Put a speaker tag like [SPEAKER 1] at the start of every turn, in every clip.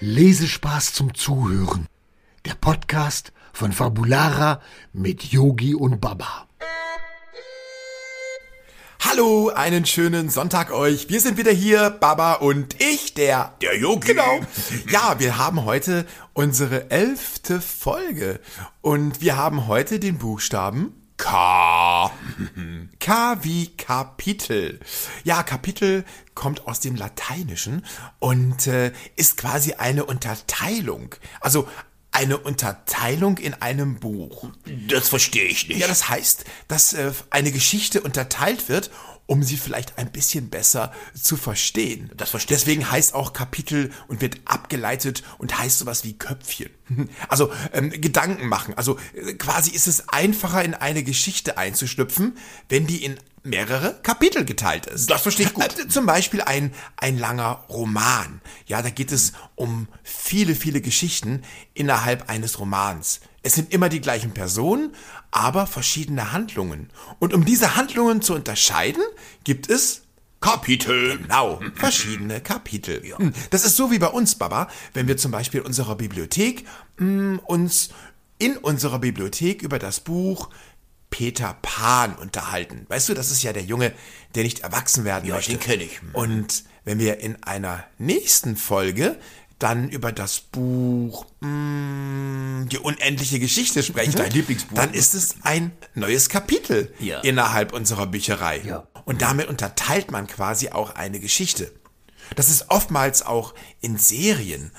[SPEAKER 1] Lesespaß zum Zuhören. Der Podcast von Fabulara mit Yogi und Baba.
[SPEAKER 2] Hallo, einen schönen Sonntag euch. Wir sind wieder hier, Baba und ich, der...
[SPEAKER 3] Der Yogi.
[SPEAKER 2] Genau. Ja, wir haben heute unsere elfte Folge und wir haben heute den Buchstaben K. K wie Kapitel. Ja, Kapitel kommt aus dem Lateinischen und äh, ist quasi eine Unterteilung. Also eine Unterteilung in einem Buch.
[SPEAKER 3] Das verstehe ich nicht.
[SPEAKER 2] Ja, das heißt, dass äh, eine Geschichte unterteilt wird, um sie vielleicht ein bisschen besser zu verstehen.
[SPEAKER 3] Das verstehe
[SPEAKER 2] Deswegen heißt auch Kapitel und wird abgeleitet und heißt sowas wie Köpfchen. Also ähm, Gedanken machen. Also äh, quasi ist es einfacher, in eine Geschichte einzuschlüpfen, wenn die in mehrere Kapitel geteilt ist.
[SPEAKER 3] Das verstehe ich gut.
[SPEAKER 2] Äh, Zum Beispiel ein, ein langer Roman. Ja, da geht es um viele, viele Geschichten innerhalb eines Romans. Es sind immer die gleichen Personen, aber verschiedene Handlungen. Und um diese Handlungen zu unterscheiden, gibt es
[SPEAKER 3] Kapitel.
[SPEAKER 2] Genau, verschiedene Kapitel. Hm, Das ist so wie bei uns, Baba, wenn wir zum Beispiel in unserer Bibliothek hm, uns in unserer Bibliothek über das Buch Peter Pan unterhalten. Weißt du, das ist ja der Junge, der nicht erwachsen werden
[SPEAKER 3] Ja,
[SPEAKER 2] möchte.
[SPEAKER 3] den kenn ich. Hm.
[SPEAKER 2] Und wenn wir in einer nächsten Folge dann über das Buch hm, Die unendliche Geschichte sprechen,
[SPEAKER 3] Dein Lieblingsbuch.
[SPEAKER 2] dann ist es ein neues Kapitel
[SPEAKER 3] Ja.
[SPEAKER 2] innerhalb unserer Bücherei.
[SPEAKER 1] Ja.
[SPEAKER 2] Und damit unterteilt man quasi auch eine Geschichte. Das ist oftmals auch in Serien.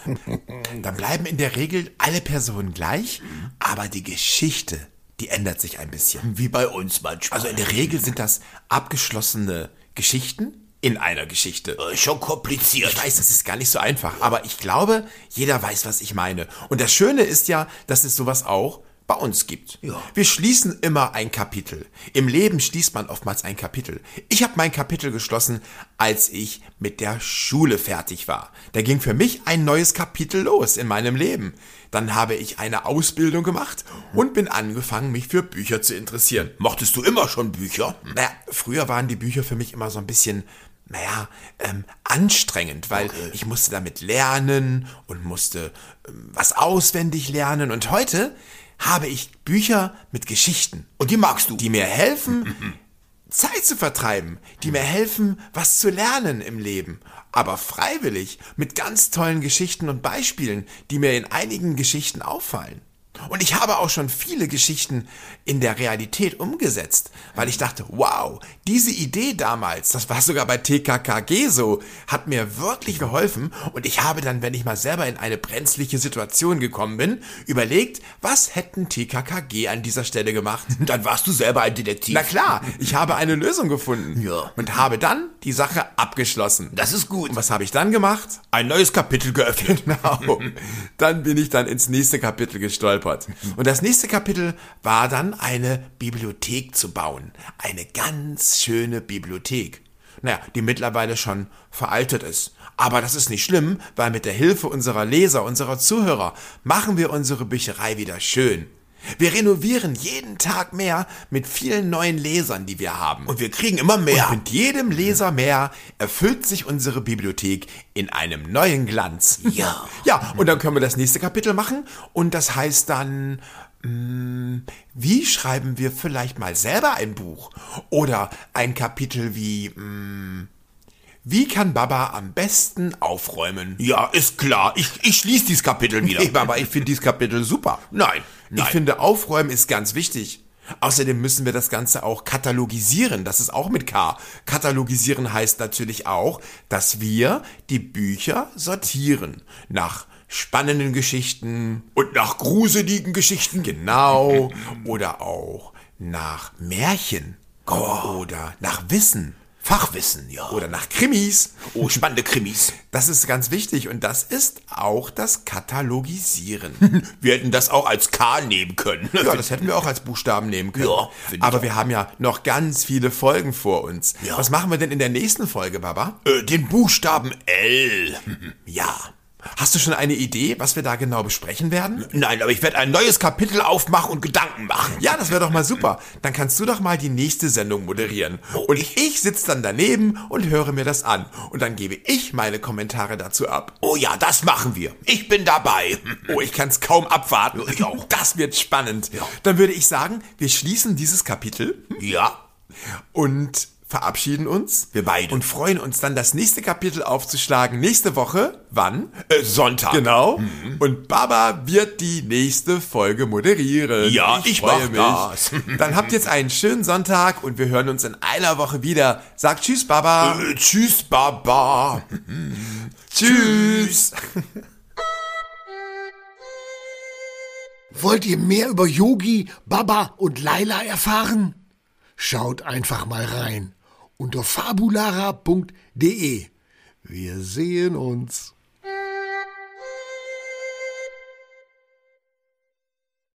[SPEAKER 2] Da bleiben in der Regel alle Personen gleich, aber die Geschichte, die ändert sich ein bisschen.
[SPEAKER 3] Wie bei uns manchmal.
[SPEAKER 2] Also in der Regel sind das abgeschlossene Geschichten in einer Geschichte.
[SPEAKER 3] Äh, schon kompliziert.
[SPEAKER 2] Ich weiß, das ist gar nicht so einfach, aber ich glaube, jeder weiß, was ich meine. Und das Schöne ist ja, dass es sowas auch bei uns gibt.
[SPEAKER 3] Ja.
[SPEAKER 2] Wir schließen immer ein Kapitel. Im Leben schließt man oftmals ein Kapitel. Ich habe mein Kapitel geschlossen, als ich mit der Schule fertig war. Da ging für mich ein neues Kapitel los in meinem Leben. Dann habe ich eine Ausbildung gemacht und bin angefangen, mich für Bücher zu interessieren.
[SPEAKER 3] Mochtest du immer schon Bücher?
[SPEAKER 2] Hm. Naja, früher waren die Bücher für mich immer so ein bisschen, naja, ähm, anstrengend, weil ich musste damit lernen und musste ähm, was auswendig lernen. Und heute habe ich Bücher mit Geschichten. Und die magst du. Die mir helfen, Zeit zu vertreiben, die mir helfen, was zu lernen im Leben. Aber freiwillig, mit ganz tollen Geschichten und Beispielen, die mir in einigen Geschichten auffallen. Und ich habe auch schon viele Geschichten in der Realität umgesetzt, weil ich dachte, wow, diese Idee damals, das war sogar bei TKKG so, hat mir wirklich geholfen und ich habe dann, wenn ich mal selber in eine brenzliche Situation gekommen bin, überlegt, was hätten TKKG an dieser Stelle gemacht?
[SPEAKER 3] Dann warst du selber ein Detektiv.
[SPEAKER 2] Na klar, ich habe eine Lösung gefunden.
[SPEAKER 3] Ja.
[SPEAKER 2] Und habe dann die Sache abgeschlossen.
[SPEAKER 3] Das ist gut.
[SPEAKER 2] Und was habe ich dann gemacht?
[SPEAKER 3] Ein neues Kapitel geöffnet.
[SPEAKER 2] Genau. Dann bin ich dann ins nächste Kapitel gestolpert. Und das nächste Kapitel war dann eine Bibliothek zu bauen. Eine ganz schöne Bibliothek. Naja, die mittlerweile schon veraltet ist. Aber das ist nicht schlimm, weil mit der Hilfe unserer Leser, unserer Zuhörer, machen wir unsere Bücherei wieder schön. Wir renovieren jeden Tag mehr mit vielen neuen Lesern, die wir haben.
[SPEAKER 3] Und wir kriegen immer mehr.
[SPEAKER 2] Und mit jedem Leser mehr erfüllt sich unsere Bibliothek in einem neuen Glanz.
[SPEAKER 3] Ja.
[SPEAKER 2] Ja, und dann können wir das nächste Kapitel machen und das heißt dann, mh, wie schreiben wir vielleicht mal selber ein Buch? Oder ein Kapitel wie, mh, wie kann Baba am besten aufräumen?
[SPEAKER 3] ja, ist klar. Ich, ich schließe dieses Kapitel wieder.
[SPEAKER 2] Nee, Baba, ich finde dieses Kapitel super.
[SPEAKER 3] Nein, nein.
[SPEAKER 2] Ich finde, aufräumen ist ganz wichtig. Außerdem müssen wir das Ganze auch katalogisieren. Das ist auch mit K. Katalogisieren heißt natürlich auch, dass wir die Bücher sortieren. Nach spannenden Geschichten.
[SPEAKER 3] Und nach gruseligen Geschichten.
[SPEAKER 2] Genau. Oder auch nach Märchen. Oder nach Wissen.
[SPEAKER 3] Fachwissen, ja.
[SPEAKER 2] Oder nach Krimis.
[SPEAKER 3] oh, spannende Krimis.
[SPEAKER 2] Das ist ganz wichtig und das ist auch das Katalogisieren.
[SPEAKER 3] Wir hätten das auch als K nehmen können.
[SPEAKER 2] Ja, das hätten wir auch als Buchstaben nehmen können.
[SPEAKER 3] Ja, find ich
[SPEAKER 2] Aber wir haben ja noch ganz viele Folgen vor uns.
[SPEAKER 3] Ja.
[SPEAKER 2] Was machen wir denn in der nächsten Folge, Baba?
[SPEAKER 3] Äh, den Buchstaben L.
[SPEAKER 2] Ja. Hast du schon eine Idee, was wir da genau besprechen werden?
[SPEAKER 3] Nein, aber ich werde ein neues Kapitel aufmachen und Gedanken machen.
[SPEAKER 2] Ja, das wäre doch mal super. Dann kannst du doch mal die nächste Sendung moderieren.
[SPEAKER 3] Oh,
[SPEAKER 2] Und ich sitze dann daneben und höre mir das an. Und dann gebe ich meine Kommentare dazu ab.
[SPEAKER 3] Oh ja, das machen wir. Ich bin dabei.
[SPEAKER 2] Oh, ich kann es kaum abwarten.
[SPEAKER 3] Ich auch.
[SPEAKER 2] Das wird spannend. Dann würde ich sagen, wir schließen dieses Kapitel
[SPEAKER 3] Ja.
[SPEAKER 2] und verabschieden uns.
[SPEAKER 3] Wir beide.
[SPEAKER 2] Und freuen uns dann, das nächste Kapitel aufzuschlagen. Nächste Woche. Wann?
[SPEAKER 3] Äh, Sonntag. Mhm.
[SPEAKER 2] Genau. Und Baba wird die nächste Folge moderieren.
[SPEAKER 3] Ja, ich
[SPEAKER 2] freue
[SPEAKER 3] mach das.
[SPEAKER 2] Dann habt jetzt einen schönen Sonntag und wir hören uns in einer Woche wieder. Sagt Tschüss, Baba.
[SPEAKER 3] Äh, tschüss, Baba.
[SPEAKER 2] tschüss.
[SPEAKER 1] Wollt ihr mehr über Yogi, Baba und Laila erfahren? Schaut einfach mal rein unter fabulara.de. Wir sehen uns.